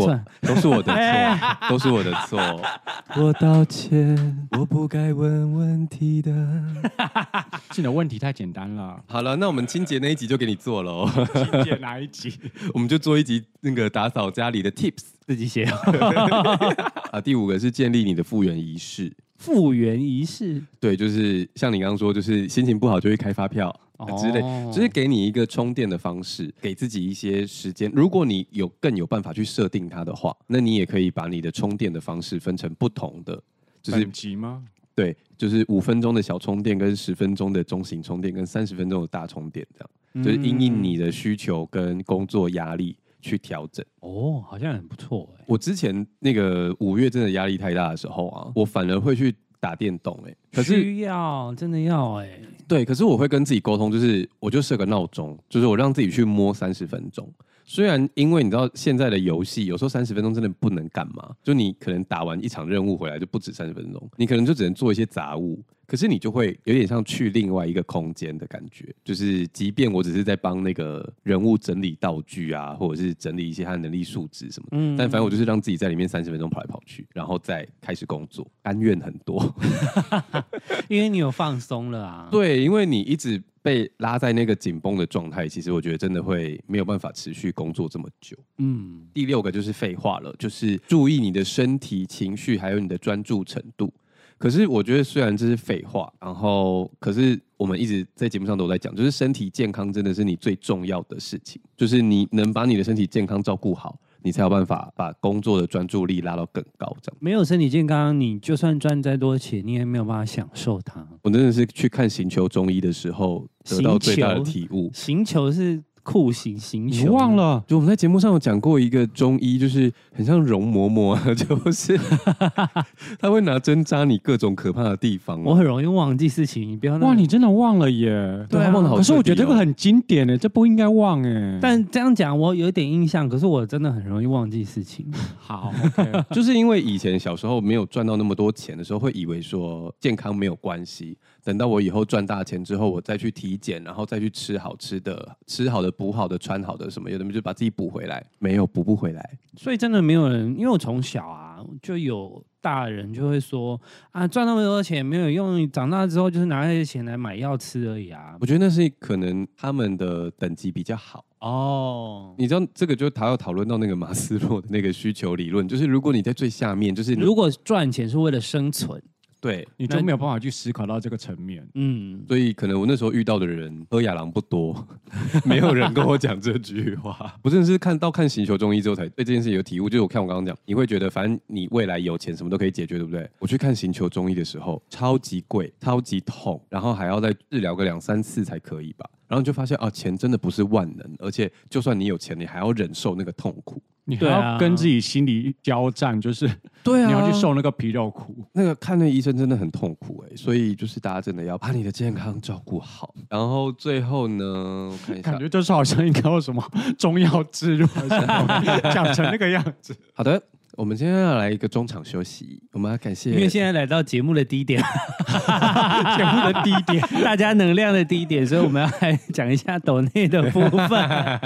听出我来， <laughs> 都是我的错，都是我的错，哎 <laughs> 我道歉，我不该问问题的。。是你的问题太简单了 <laughs> 好了，那我们清洁那一集就给你做了，哦理解哪一集？ <laughs> 我们就做一集那个打扫家里的 tips 自己写啊。第五个是建立你的复原仪式。复原仪式对，就是像你刚刚说，就是心情不好就会开发票、啊哦之类，就是给你一个充电的方式，给自己一些时间。如果你有更有办法去设定它的话，那你也可以把你的充电的方式分成不同的，就是本集吗？对，就是五分钟的小充电，跟十分钟的中型充电，跟三十分钟的大充电，这样就是因应你的需求跟工作压力去调整。哦，好像很不错哎、我之前那个五月真的压力太大的时候啊，我反而会去打电动、欸，可是需要真的要哎、对，可是我会跟自己沟通，就是我就设个闹钟，就是我让自己去摸三十分钟。虽然因为你知道现在的游戏，有时候三十分钟真的不能干嘛，就你可能打完一场任务回来就不止三十分钟，你可能就只能做一些杂物。可是你就会有点像去另外一个空间的感觉，就是即便我只是在帮那个人物整理道具啊，或者是整理一些他的能力数值什么的，嗯但反正我就是让自己在里面三十分钟跑来跑去，然后再开始工作，甘愿很多。因为你有放松了啊。，对，因为你一直被拉在那个紧绷的状态，其实我觉得真的会没有办法持续工作这么久。嗯，第六个就是废话了，就是注意你的身体、情绪，还有你的专注程度。可是我觉得虽然这是废话，然后可是我们一直在节目上都在讲，就是身体健康真的是你最重要的事情，就是你能把你的身体健康照顾好，你才有办法把工作的专注力拉到更高。这样，没有身体健康，你就算赚再多钱，你也没有办法享受它。我真的是去看《行球中医》的时候得到最大的行球体悟。行球是酷刑，行你球忘了？就我们在节目上有讲过一个中医，就是很像容嬷嬷啊，就是 <laughs> 他会拿针扎你各种可怕的地方、我很容易忘记事情，你不要那么哇，你真的忘了耶！对对他啊忘得好彻底哦、可是我觉得这个很经典诶，这不应该忘诶。但这样讲我有一点印象，可是我真的很容易忘记事情。 <laughs> 好，OK， <laughs> 就是因为以前小时候没有赚到那么多钱的时候，会以为说健康没有关系，等到我以后赚大钱之后，我再去体检，然后再去吃好吃的、吃好的、补好的、穿好的什么，有的就把自己补回来，没有补不回来。所以真的没有人，因为我从小啊就有大人就会说啊，赚那么多钱没有用，长大之后就是拿那些钱来买药吃而已啊。我觉得那是可能他们的等级比较好。哦，你知道这个就他要讨论到那个马斯洛的那个需求理论，就是如果你在最下面，就是你如果赚钱是为了生存，对，你就没有办法去思考到这个层面。嗯，所以可能我那时候遇到的人喝亚郎不多， <laughs> 没有人跟我讲这句 <laughs> 话。我真的是看到看《行球中医》之后才对这件事有体悟，就是我看我刚刚讲，你会觉得反正你未来有钱什么都可以解决，对不对？我去看《行球中医》的时候，超级贵，超级痛，然后还要再治疗个两三次才可以吧。然后你就发现啊，钱真的不是万能，而且就算你有钱，你还要忍受那个痛苦。你还对啊要跟自己心理交战，就是对啊你要去受那个皮肉苦。那个看那医生真的很痛苦哎、所以就是大家真的要把你的健康照顾好。然后最后呢，我看一下感，觉就是好像应该有什么中药植入还是什么， <laughs> 讲成那个样子。好的，我们今天要来一个中场休息，我们要感谢，因为 <laughs> 现在来到节目的低点，节目的低点，大家能量的低点，所以我们要来讲一下抖内的部分，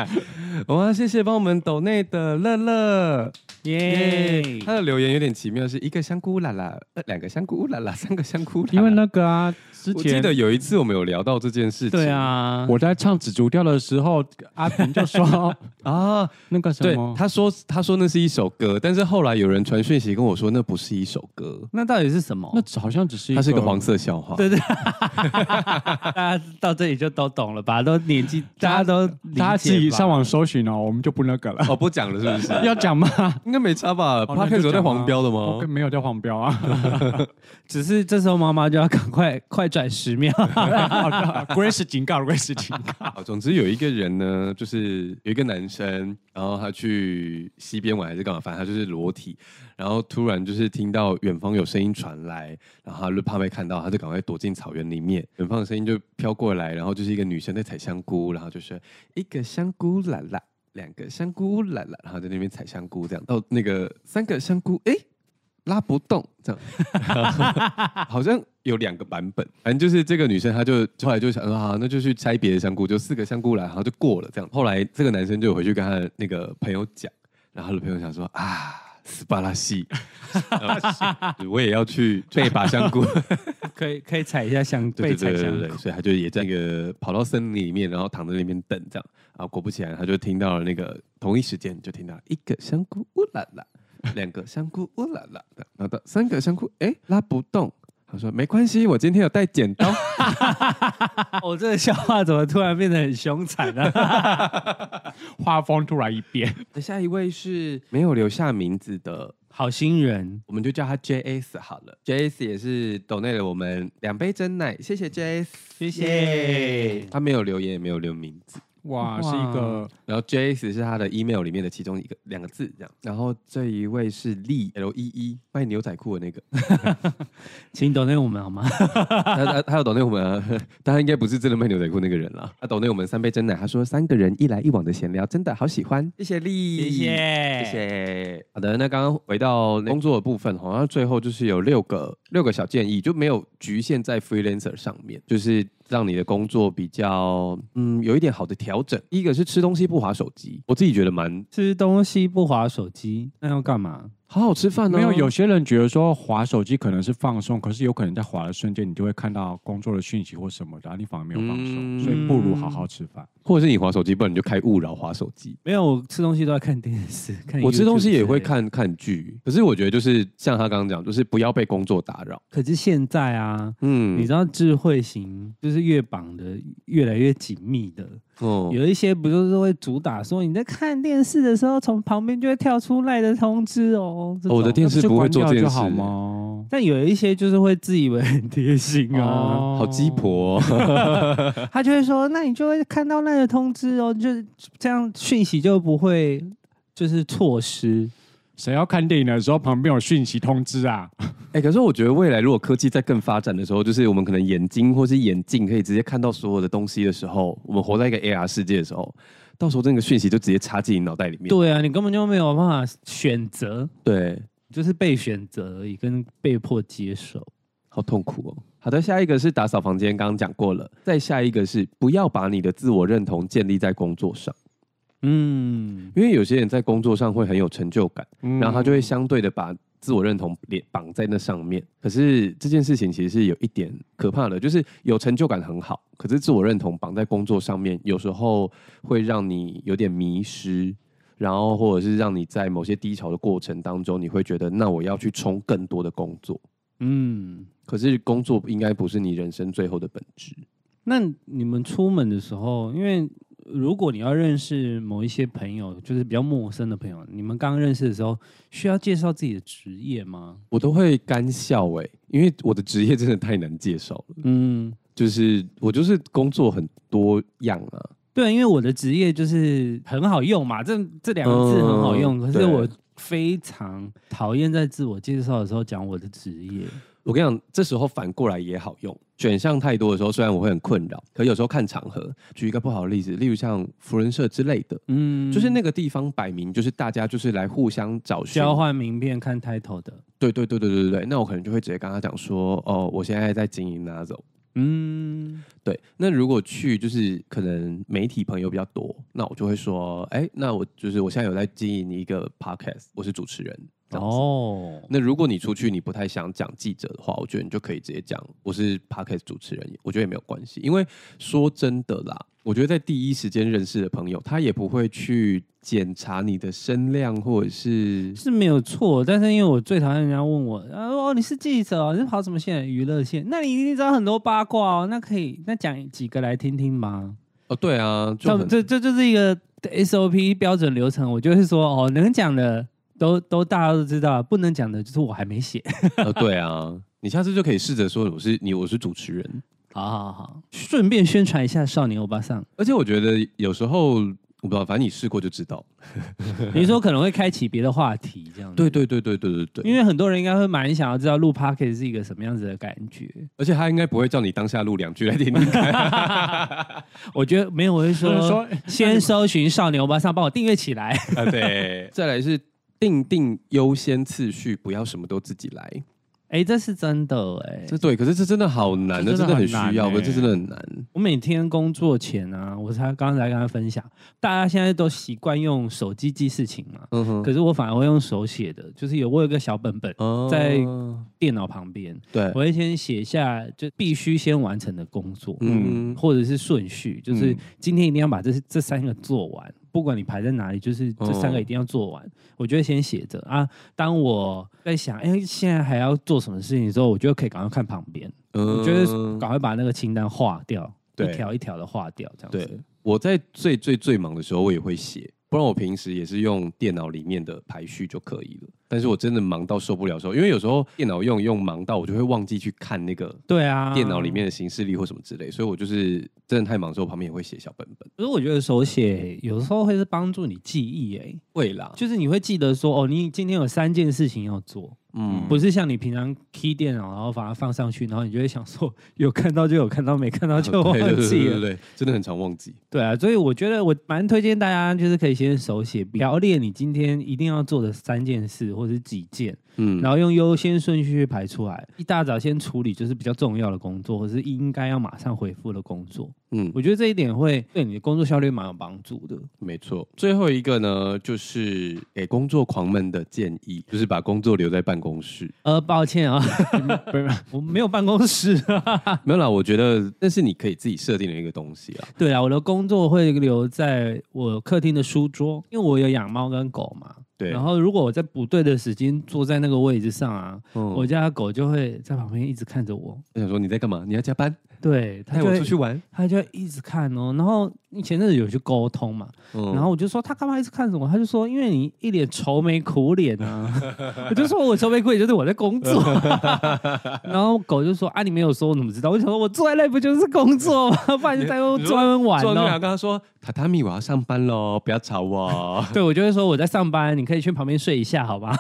我们要谢谢帮我们抖内的乐乐，耶耶、他的留言有点奇妙，是一个香菇啦啦，呃两个香菇啦啦，三个香菇啦啦。因为那个啊，之我记前得有一次我们有聊到这件事情，对啊，我在唱《紫竹调》的时候，阿平就说啊，那个什对，么，他说他说那是一首歌，但是后来有人传讯息跟我说那不是一首歌，那到底是什么？那只好像只是一它是一个黄色笑话。对 <laughs> 对，大家到这里就都懂了吧？都年 <laughs> 纪，大家都理解吧大家自己上。网搜寻哦，我们就不那个了。哦，不讲了是不是？要讲吗？应该没差吧 p 哦 o 那 d 就 c 讲在啊黄标的吗我跟？没有叫黄标 <laughs> 啊只是这时候妈妈就要赶快 <laughs> 快转十 <laughs> 秒。好的，Grace 警告，Grace 警告。好，啊总之有一个人呢，就是有一个男生，然后他去西边玩还是干嘛，反正他就是裸体，然后突然就是听到远方有声音传来，然后他就怕被看到，他就赶快躲进草原里面，远方的声音就飘过来，然后就是一个女生在采香菇，然后就是一个香菇啦啦，两个香菇啦啦，然后在那边采香菇这样，到那个三个香菇，诶，拉不动这样。好像有两个版本，反正就是这个女生，她就后来就想说啊，那就去拆别的香菇，就四个香菇来，然后就过了这样。后来这个男生就有回去跟他的那个朋友讲，然后他的朋友想说啊，斯巴拉西，我也要去背把香菇，可以可以踩一下香，对对被踩对香对对，所以他就也在那个跑到森林里面，然后躺在那边等这样。啊，果不其然，他就听到了那个同一时间就听到一个香菇乌啦啦，两个香菇乌啦啦，然后到三个香菇哎拉不动，他说没关系，我今天有带剪刀。我、哦这个笑话怎么突然变得很凶残 <laughs> 了、啊？画风突然一变， <laughs> 那下一位是没有留下名字的，好心人，我们就叫他 JS 好了。JS 也是抖内了我们两杯真奶，谢谢 JS，谢谢他没有留言，也没有留名字。哇，哇是一个然后 Jace 是他的 email 里面的其中一个两个字这样，然后这一位是 Lee L E E 卖牛仔裤 <laughs> 的那个，请抖内我们好吗？他他他有抖内我们、啊， <laughs> 但他应该不是真的卖牛仔裤那个人啦。他抖内我们三杯真奶，他说三个人一来一往的闲聊，真的好喜欢， <laughs> 谢谢丽，谢谢谢谢。好的，那刚刚回到工作的部分，好像最后就是有六个六个小建议，就没有局限在 freelancer 上面，就是让你的工作比较嗯有一点好的调整。第一个是吃东西不划手机，我自己觉得蛮吃东西不划手机，那要干嘛？好好吃饭哦。没有。有些人觉得说划手机可能是放松，可是有可能在划的瞬间，你就会看到工作的讯息或什么的，啊你反而没有放松，嗯所以不如好好吃饭。或者是你划手机，不然你就开勿扰划手机。没有，我吃东西都在看电视，看我吃 YouTube 东西也会之类的。看看剧，可是我觉得就是像他刚刚讲，就是不要被工作打扰。可是现在啊，你嗯知，道智慧型就是越绑的越来越紧密的，哦，有一些不就是会主打说你在看电视的时候，从旁边就会跳出来的通知哦。这哦我的种电视不会做这件事那不是关掉就好吗？但有一些就是会自以为很贴心啊，哦好鸡婆、哦， <laughs> 他就会说，那你就会看到那个通知哦，就是这样讯息就不会就是错失。谁要看电影的时候旁边有讯息通知啊？哎、可是我觉得未来如果科技在更发展的时候，就是我们可能眼睛或是眼镜可以直接看到所有的东西的时候，我们活在一个 AR 世界的时候，到时候这个讯息就直接插进你脑袋里面。对啊，你根本就没有办法选择，对，就是被选择而已，跟被迫接受。好痛苦哦。好的，下一个是打扫房间，刚刚讲过了。再下一个是不要把你的自我认同建立在工作上，嗯，因为有些人在工作上会很有成就感。嗯然后他就会相对的把自我认同连绑在那上面。可是这件事情其实是有一点可怕的，就是有成就感很好，可是自我认同绑在工作上面，有时候会让你有点迷失。然后，或者是让你在某些低潮的过程当中，你会觉得，那我要去冲更多的工作。嗯，可是，工作应该不是你人生最后的本质。那你们出门的时候，因为如果你要认识某一些朋友，就是比较陌生的朋友，你们刚认识的时候，需要介绍自己的职业吗？我都会干笑哎、因为我的职业真的太难介绍了。嗯，就是我就是工作很多样啊，对，因为我的职业就是很好用嘛，这这两个字很好用，嗯可是我非常讨厌在自我介绍的时候讲我的职业。我跟你讲，这时候反过来也好用。选项太多的时候，虽然我会很困扰，可有时候看场合。举一个不好的例子，例如像福人社之类的，嗯，就是那个地方摆明就是大家就是来互相找寻交。换名片看 title 的。对对对对对对对，那我可能就会直接跟他讲说，哦，我现在在经营拿走。嗯，对，那如果去就是可能媒体朋友比较多，那我就会说，哎，那我就是我现在有在经营一个 podcast，我是主持人。这样子哦，那如果你出去你不太想讲记者的话，我觉得你就可以直接讲我是 podcast 主持人，我觉得也没有关系。因为说真的啦，我觉得在第一时间认识的朋友，他也不会去检查你的声量或者 <laughs> 是。是没有错，但是因为我最讨厌人家问我，啊、哦，你是记者、哦，你是跑什么线？娱乐线？那你一定知道很多八卦哦，那可以，那讲几个来听听吗？哦，对啊，就这很这这就是一个 SOP 标准流程，我就是说，哦，能讲的都都大家都知道，不能讲的就是我还没写。哦，对啊，你下次就可以试着说我是你，我是主持人。好好好，顺便宣传一下少年欧巴桑。而且我觉得有时候我不知道，反正你试过就知道。你说可能会开启别的话题这样子，对对对对对对对，嗯因为很多人应该会蛮想要知道录 p o c k e t 是一个什么样子的感觉。而且他应该不会叫你当下录两句来听听 <laughs> 看。我觉得没有，我会就是说，说哎先搜寻少年欧巴桑，帮我订阅起 <laughs> 来。啊，对。再来是定定优先次序，不要什么都自己来。哎、这是真的哎、这对，可是这真的好难，啊这这真的真的很很需难要，欸可是这真的很难。我每天工作前啊，我才刚才跟他分享，大家现在都习惯用手机记事情嘛，嗯哼，可是我反而会用手写的，就是有我有一个小本本，哦在电脑旁边，对我，会先写下就必须先完成的工作，嗯，或者是顺序，就是嗯今天一定要把这这三个做完，不管你排在哪里，就是这三个一定要做完。我就会先写着啊，当我在想，哎、现在还要做什么事情的时候，我就可以赶快看旁边，嗯我觉得赶快把那个清单划掉，对一条一条的划掉，这样子。对，我在最最最忙的时候，我也会写，不然我平时也是用电脑里面的排序就可以了。但是我真的忙到受不了的时候，因为有时候电脑用一用忙到我就会忘记去看那个对啊，电脑里面的形式力或什么之类，所以我就是真的太忙之后，旁边也会写小本本。可是我觉得手写有时候会是帮助你记忆、欸，会啦，就是你会记得说，哦，你今天有三件事情要做，嗯，不是像你平常 key 电脑，然后把它放上去，然后你就会想说，有看到就有看到，没看到 <laughs> 就忘 <laughs> 对对对记对对了。对，真的很常忘记。对啊，所以我觉得我蛮推荐大家，就是可以先手写表列你今天一定要做的三件事或者是几件，嗯，然后用优先顺序去排出来。一大早先处理就是比较重要的工作，或是应该要马上回复的工作。嗯，我觉得这一点会对你的工作效率蛮有帮助的。没错。最后一个呢，就是给工作狂们的建议，就是把工作留在办公室。呃，抱歉啊， <laughs> 不是我没有办公室、啊没有啦，我觉得那是你可以自己设定的一个东西啦。对啊，我的工作会留在我客厅的书桌，因为我有养猫跟狗嘛。对，然后如果我在不对的时间坐在那个位置上啊，嗯我家的狗就会在旁边一直看着我。我想说你在干嘛？你要加班？对，它带就我会出去，玩？它就会一直看哦。然后前阵子有去沟通嘛，嗯然后我就说他干嘛一直看着我？他就说因为你一脸愁眉苦脸 <laughs> 啊。我就说我愁眉苦脸就是我在工作。然后狗就说啊你没有说我怎么知道？我想说我坐在那不就是工 <laughs> 作吗？不然就在那你说边坐在那边玩哦坐那咯，啊跟他说榻榻米我要上班喽，不要吵我 <laughs> 对，我就会说我在上班，你可以去旁边睡一下，好吧？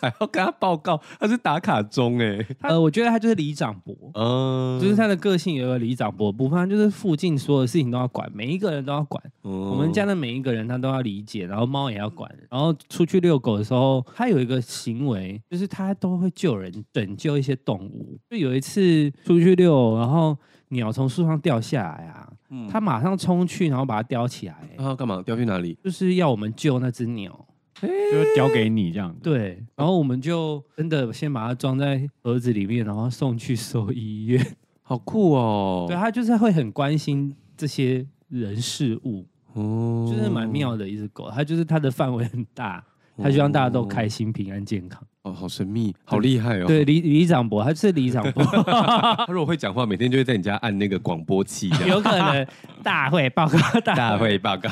还要跟他报告，他是打卡钟哎、 <laughs> 呃，我觉得他就是李长博，嗯，啊就是他的个性也有李长博的部分，他就是附近所有事情都要管，每一个人都要管，我我们家的每一个人他都要理解，然后猫也要管，然后出去遛狗的时候，他有一个行为，就是他都会救人，拯救一些动物。就有一次出去遛，然后鸟从树上掉下来啊，他马上冲去，然后把它叼起来、他嗯啊要干嘛？调去哪里？就是要我们救那只鸟。就是交给你这样子。对，然后我们就真的先把它装在盒子里面，然后送去兽 <laughs> 医院。好酷哦！对，啊他就是会很关心这些人事物，哦就是蛮妙的一只狗。它就是它的范围很大，它希望大家都开心、平安、健康。哦，好神秘，好厉害哦！对，李李长博，它是李长 <laughs> 博，他如果会讲话，每天就会在你家按那个广播器这样。有可能大会报告大大会报告，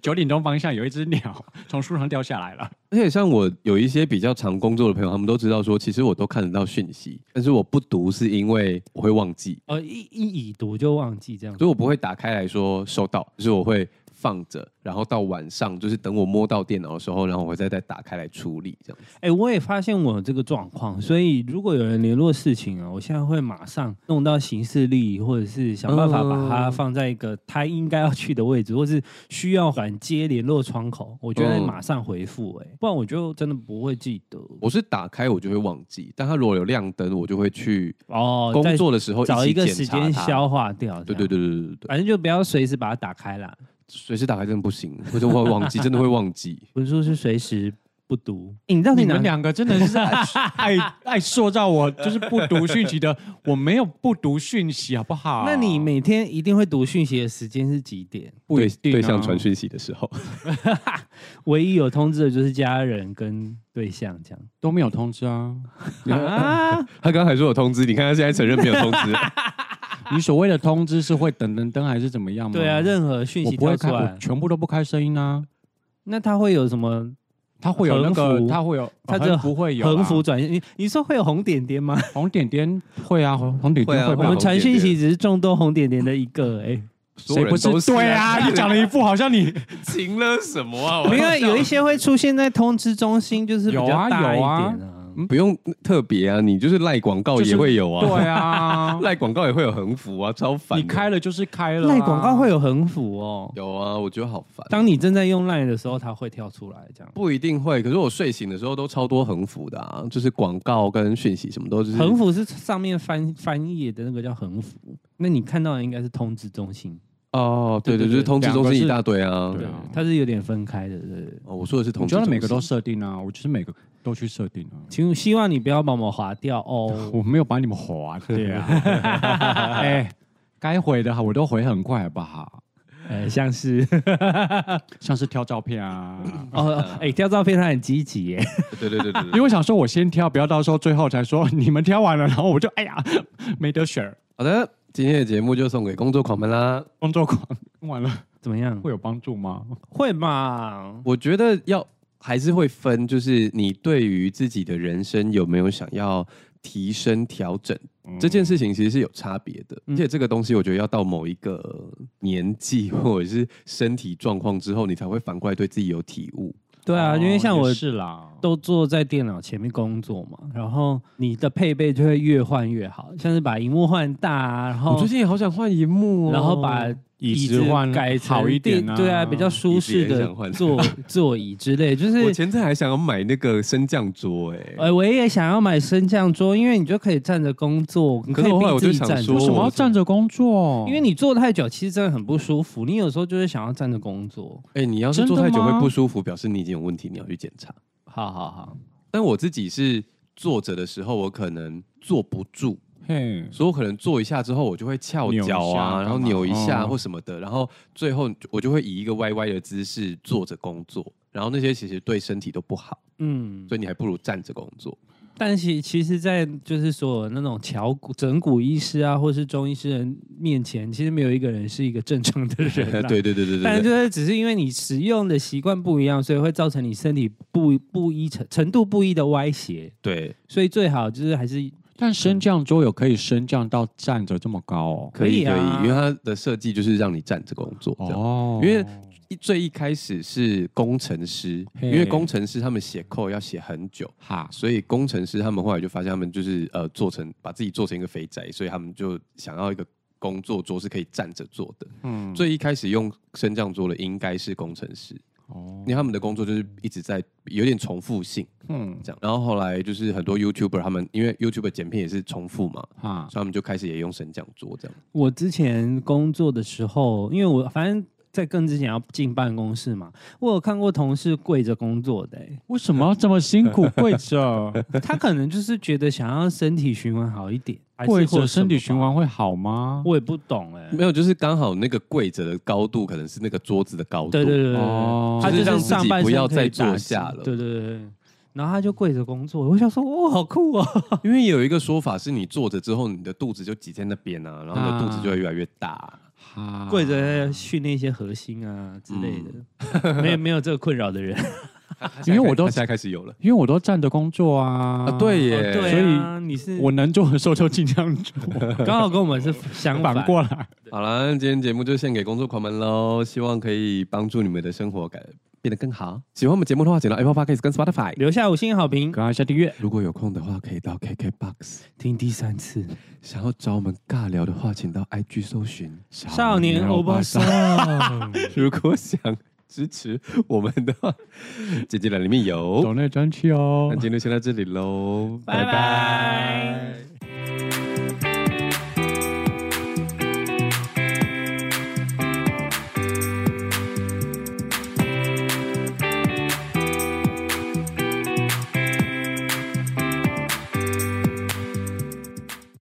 九点钟方向有一只鸟从树上掉下来了，而且像我有一些比较常工作的朋友，他们都知道说，其实我都看得到讯息，但是我不读是因为我会忘记，哦，一一已读就忘记这样。所以我不会打开来说收到，就是我会放着，然后到晚上就是等我摸到电脑的时候，然后我再再打开来处理这样子。哎、我也发现我有这个状况，所以如果有人联络事情啊，我现在会马上弄到行事历，或者是想办法把它嗯放在一个他应该要去的位置，或是需要转接联络窗口，我就会嗯马上回复、哎、不然我就真的不会记得我是打开我就会忘记，但它如果有亮灯，我就会去哦。工再作的时候找起一个检时查间它消化掉，对对对。对对对对对，反正就不要随时把它打开啦，随时打开真的不行，或者会忘记，真的会忘 <laughs> 记。文书是随时不读。欸你到底你哪们两个真的是爱爱爱塑造我，就是不读讯息的，我没有不读讯息，好不好？那啊你每天一定会读讯息的时间是几点？不一对定啊对象哦传讯息的时候， <laughs> 唯一有通知的就是家人跟对象这样。都没有通知啊？啊，他刚刚还说有通知，你看他现在承认没有通 <laughs> 知。 <laughs> 你所谓的通知是会等等等还是怎么样吗？对啊，任何讯嗯我息不会跳出开，来我，全部都不开声音啊。那它会有什么它会有那横个，幅它会有，它横就幅会有啊横幅转线？你你说会有红点点吗？红点点会啊，红红点会点啊会我会啊吧们传讯红点息只是众多红点点的一个， <laughs> 哎，所有人都是对 <laughs> 啊，你讲了一副好像你晴了什么啊？因为有一些会出现在通知中心，就是比哦有较啊大一有点啊啊。不用特别啊，你就是赖广告也会有啊，，对 <laughs> <laughs> 啊赖广告也会有横幅啊，超烦你哦的。开了就是开了啊，赖广告会有横幅哦，有啊，我觉得好烦。当你正在用赖的时候，它会跳出来这样。不一定会，可是我睡醒的时候都超多横幅的啊，就是广告跟讯息什么都就是横幅是上面翻翻页的那个叫横幅，那你看到的应该是通知中心，哦，对对，对对就是通知中两个心是一大堆啊。对对啊，它是有点分开的，对。哦，我说的是通我知觉中得心，每个都设定啊，我就是每个都去设定啊。请希望你不要把我们划掉哦。 <laughs> 我没有把你们划掉，啊 <laughs> 哎，该回的我都回很快，好不好？呃，<laughs> 像是像是挑照片啊，哦，哎、挑照片他很积极耶， <laughs> <laughs> 对对对对对 <laughs> 因为我想说我先挑，不要到时候最后才说你们挑完了，然后我就哎呀没得选，好的，今天的节目就送给工作狂们啦。工作狂完了 <laughs> 怎么样？会有帮助吗？会嘛？我觉得要还是会分，就是你对于自己的人生有没有想要提升、调整嗯这件事情，哦其实是有差别的。而嗯且这个东西，我觉得要到某一个年纪或者是身体状况之后，你才会反过来对自己有体悟。对啊，哦因为像也我是啦，都坐在电脑前面工作嘛，然后你的配备就会越换越好，像是把荧幕换大啊，然我后最近也好想换荧幕、哦，然后把椅椅子换改成好一点地啊对啊，比较舒适椅子也的想换 <laughs> 座座椅之类，就我是。前阵还想要买那个升降桌、哎、呃，我也想要买升降桌，因为你就可以站着工作，你可以是我后来逼我自就己想站着说为什么要站着工作？哦因为你坐太久，其实真的很不舒服。你有时候就是想要站着工作。哎、你要是真的坐太久吗会不舒服，表示你已经有问题，你要去检查。好好好，但我自己是坐着的时候，我可能坐不住，嘿，所以我可能坐一下之后，我就会翘扭一脚下干啊，嘛然后扭一下哦或什么的，然后最后我就会以一个歪歪的姿势坐着工作，然后那些其实对身体都不好，嗯，所以你还不如站着工 <laughs> 作。但其其实，在就是所有那种乔骨整骨医师啊，或是中医师人面前，其实没有一个人是一个正常的人、 <laughs> 对。对对对对对但就对，是只是因为你使用的习惯不一样，所以会造成你身体不不一程程度不一的歪斜，对所以最好就是还是但升降桌有可以升降到站着这么高哦。可以可以可啊以，因为它的设计就是让你站着工作这样。哦因为一最一开始是工程师，嘿因为工程师他们写扣要写很久，哈，所以工程师他们后来就发现他们就是呃做成把自己做成一个肥宅，所以他们就想要一个工作桌是可以站着做的。嗯，最一开始用升降桌的应该是工程师，哦因，为他们的工作就是一直在有点重复性嗯，这样。然后后来就是很多 YouTuber 他们因为 YouTuber 剪片也是重复嘛，哈所以，他们就开始也用升降桌这样。我之前工作的时候，因为我反正在更之前要进办公室嘛，我有看过同事跪着工作的、欸为什么要这么辛苦跪 <laughs> 着？ <laughs> 他可能就是觉得想要身体循环好一点，还是跪或着者身体什循么吧，环会好吗？我也不懂嗯哎、没有，就是刚好那个跪着的高度可能是那个桌子的高度。对对对对对，哦他就是是让自己上半身不要可以再坐打直下了对对对对，然后他就跪着工作，我想说，哦，好酷哦，因为有一个说法是你坐着之后，你的肚子就挤在那边啊，然后你的肚子就会越来越大、啊哈跪着训练一些核心啊之类的， <laughs> 没有没有这个困扰的 <laughs> 人，哦因为我都他现在开始有了因为我都站着工作啊。啊，对哦耶，所对啊，你是我能做的时候就尽量 <laughs> 做，刚好跟我们是相反反过来。好啦，那今天节目就献给工作狂们喽，希望可以帮助你们的生活改变得更好。喜欢我们节目的话，请到 Apple Podcast 跟 Spotify。留下五星好评，赶快下订阅，如果有空的话，可以到 KKBox。听第三 <laughs> 次。想要找我们尬聊的话，请到 IG 搜寻。少年欧巴桑，如果想支持我们的话， <laughs> 姐姐栏里面有。岛内专区哦那。今天就先到这里喽，拜拜。